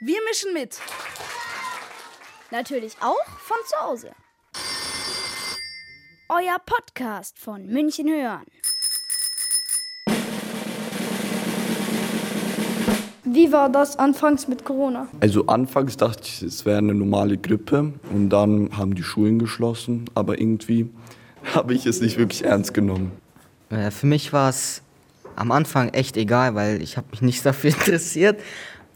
Wir mischen mit. Natürlich auch von zu Hause. Euer Podcast von München hören. Wie war das anfangs mit Corona? Also anfangs dachte ich, es wäre eine normale Grippe und dann haben die Schulen geschlossen, aber irgendwie habe ich es nicht wirklich ernst genommen. Äh, Für mich war es am Anfang echt egal, weil ich habe mich nicht dafür interessiert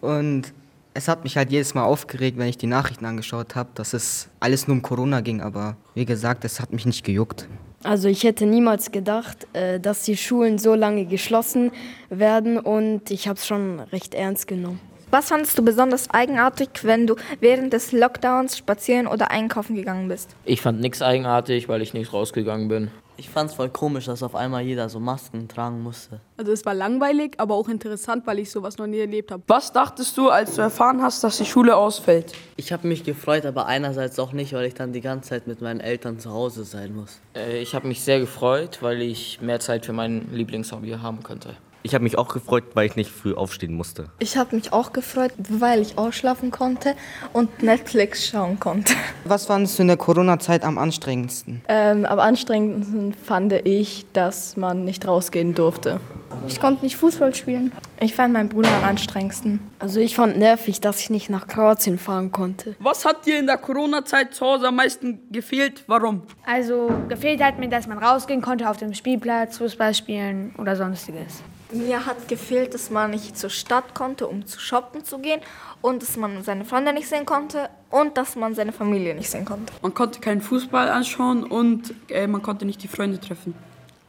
und es hat mich halt jedes Mal aufgeregt, wenn ich die Nachrichten angeschaut habe, dass es alles nur um Corona ging, aber wie gesagt, es hat mich nicht gejuckt. Also ich hätte niemals gedacht, äh, dass die Schulen so lange geschlossen werden und ich habe es schon recht ernst genommen. Was fandest du besonders eigenartig, wenn du während des Lockdowns spazieren oder einkaufen gegangen bist? Ich fand nichts eigenartig, weil ich nicht rausgegangen bin. Ich fand's voll komisch, dass auf einmal jeder so Masken tragen musste. Also es war langweilig, aber auch interessant, weil ich sowas noch nie erlebt habe. Was dachtest du, als du erfahren hast, dass die Schule ausfällt? Ich habe mich gefreut, aber einerseits auch nicht, weil ich dann die ganze Zeit mit meinen Eltern zu Hause sein muss. Äh, Ich habe mich sehr gefreut, weil ich mehr Zeit für mein Lieblingshobby haben könnte. Ich habe mich auch gefreut, weil ich nicht früh aufstehen musste. Ich habe mich auch gefreut, weil ich ausschlafen konnte und Netflix schauen konnte. Was fandest du in der Corona-Zeit am anstrengendsten? Ähm, am anstrengendsten fand ich, dass man nicht rausgehen durfte. Ich konnte nicht Fußball spielen. Ich fand meinen Bruder am anstrengendsten. Also ich fand nervig, dass ich nicht nach Kroatien fahren konnte. Was hat dir in der Corona-Zeit zu Hause am meisten gefehlt? Warum? Also gefehlt hat mir, dass man rausgehen konnte auf dem Spielplatz, Fußball spielen oder sonstiges. Mir hat gefehlt, dass man nicht zur Stadt konnte, um zu shoppen zu gehen und dass man seine Freunde nicht sehen konnte und dass man seine Familie nicht sehen konnte. Man konnte keinen Fußball anschauen und äh, man konnte nicht die Freunde treffen.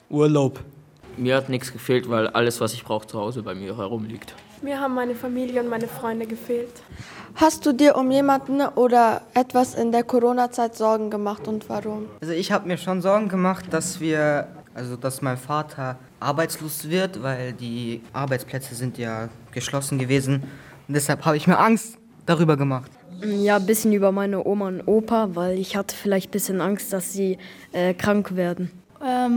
Urlaub. Mir hat nichts gefehlt, weil alles, was ich brauche, zu Hause bei mir herumliegt. Mir haben meine Familie und meine Freunde gefehlt. Hast du dir um jemanden oder etwas in der Corona-Zeit Sorgen gemacht und warum? Also ich habe mir schon Sorgen gemacht, dass wir, also dass mein Vater arbeitslos wird, weil die Arbeitsplätze sind ja geschlossen gewesen. Und deshalb habe ich mir Angst darüber gemacht. Mm, Ja, ein bisschen über meine Oma und Opa, weil ich hatte vielleicht ein bisschen Angst, dass sie äh, krank werden.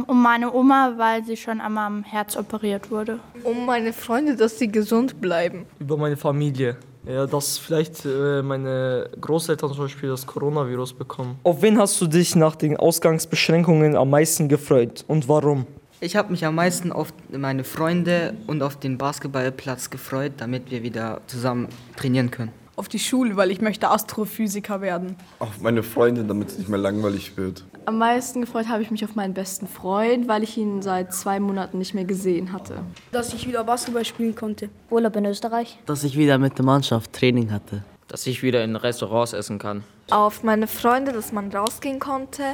um meine Oma, weil sie schon einmal am Herz operiert wurde. Um meine Freunde, dass sie gesund bleiben. Über meine Familie. Ja, dass vielleicht äh, meine Großeltern zum Beispiel das Coronavirus bekommen. Auf wen hast du dich nach den Ausgangsbeschränkungen am meisten gefreut und warum? Ich habe mich am meisten auf meine Freunde und auf den Basketballplatz gefreut, damit wir wieder zusammen trainieren können. Auf die Schule, weil ich möchte Astrophysiker werden. Auf meine Freunde, damit es nicht mehr langweilig wird. Am meisten gefreut habe ich mich auf meinen besten Freund, weil ich ihn seit zwei Monaten nicht mehr gesehen hatte. Dass ich wieder Basketball spielen konnte. Urlaub in Österreich. Dass ich wieder mit der Mannschaft Training hatte. Dass ich wieder in Restaurants essen kann. auf meine Freunde, dass man rausgehen konnte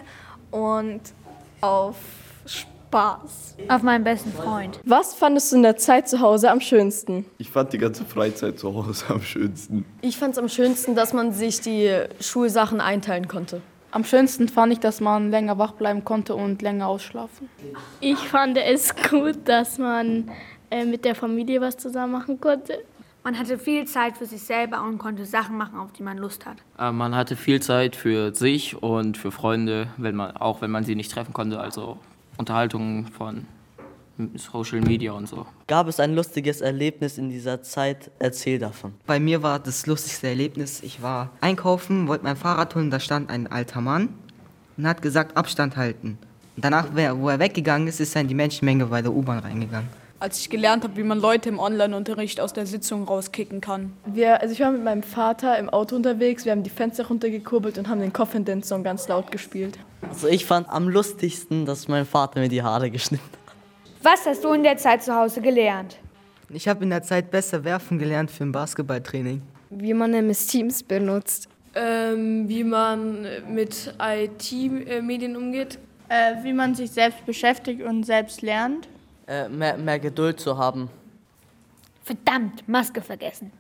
und auf Spaß. Auf meinen besten Freund. Was fandest du in der Zeit zu Hause am schönsten? Ich fand die ganze Freizeit zu Hause am schönsten. Ich fand es am schönsten, dass man sich die Schulsachen einteilen konnte. Am schönsten fand ich, dass man länger wach bleiben konnte und länger ausschlafen. Ich fand es gut, dass man äh, mit der Familie was zusammen machen konnte. Man hatte viel Zeit für sich selber und konnte Sachen machen, auf die man Lust hat. Äh, Man hatte viel Zeit für sich und für Freunde, wenn man, auch wenn man sie nicht treffen konnte. Also Unterhaltungen von Social Media und so. Gab es ein lustiges Erlebnis in dieser Zeit? Erzähl davon. Bei mir war das lustigste Erlebnis, ich war einkaufen, wollte mein Fahrrad holen, da stand ein alter Mann und hat gesagt, Abstand halten. Und danach, wer- wo er weggegangen ist, ist er in die Menschenmenge bei der U-Bahn reingegangen. Als ich gelernt habe, wie man Leute im Online-Unterricht aus der Sitzung rauskicken kann. Wir, also ich war mit meinem Vater im Auto unterwegs, wir haben die Fenster runtergekurbelt und haben den Coffin Dance Song ganz laut gespielt. Also ich fand am lustigsten, dass mein Vater mir die Haare geschnitten hat. Was hast du in der Zeit zu Hause gelernt? Ich habe in der Zeit besser werfen gelernt für ein Basketballtraining. Wie man MS Teams benutzt. Ähm, wie man mit äh, IT-Medien umgeht. wie man sich selbst beschäftigt und selbst lernt. Äh, mehr, mehr Geduld zu haben. Verdammt, Maske vergessen.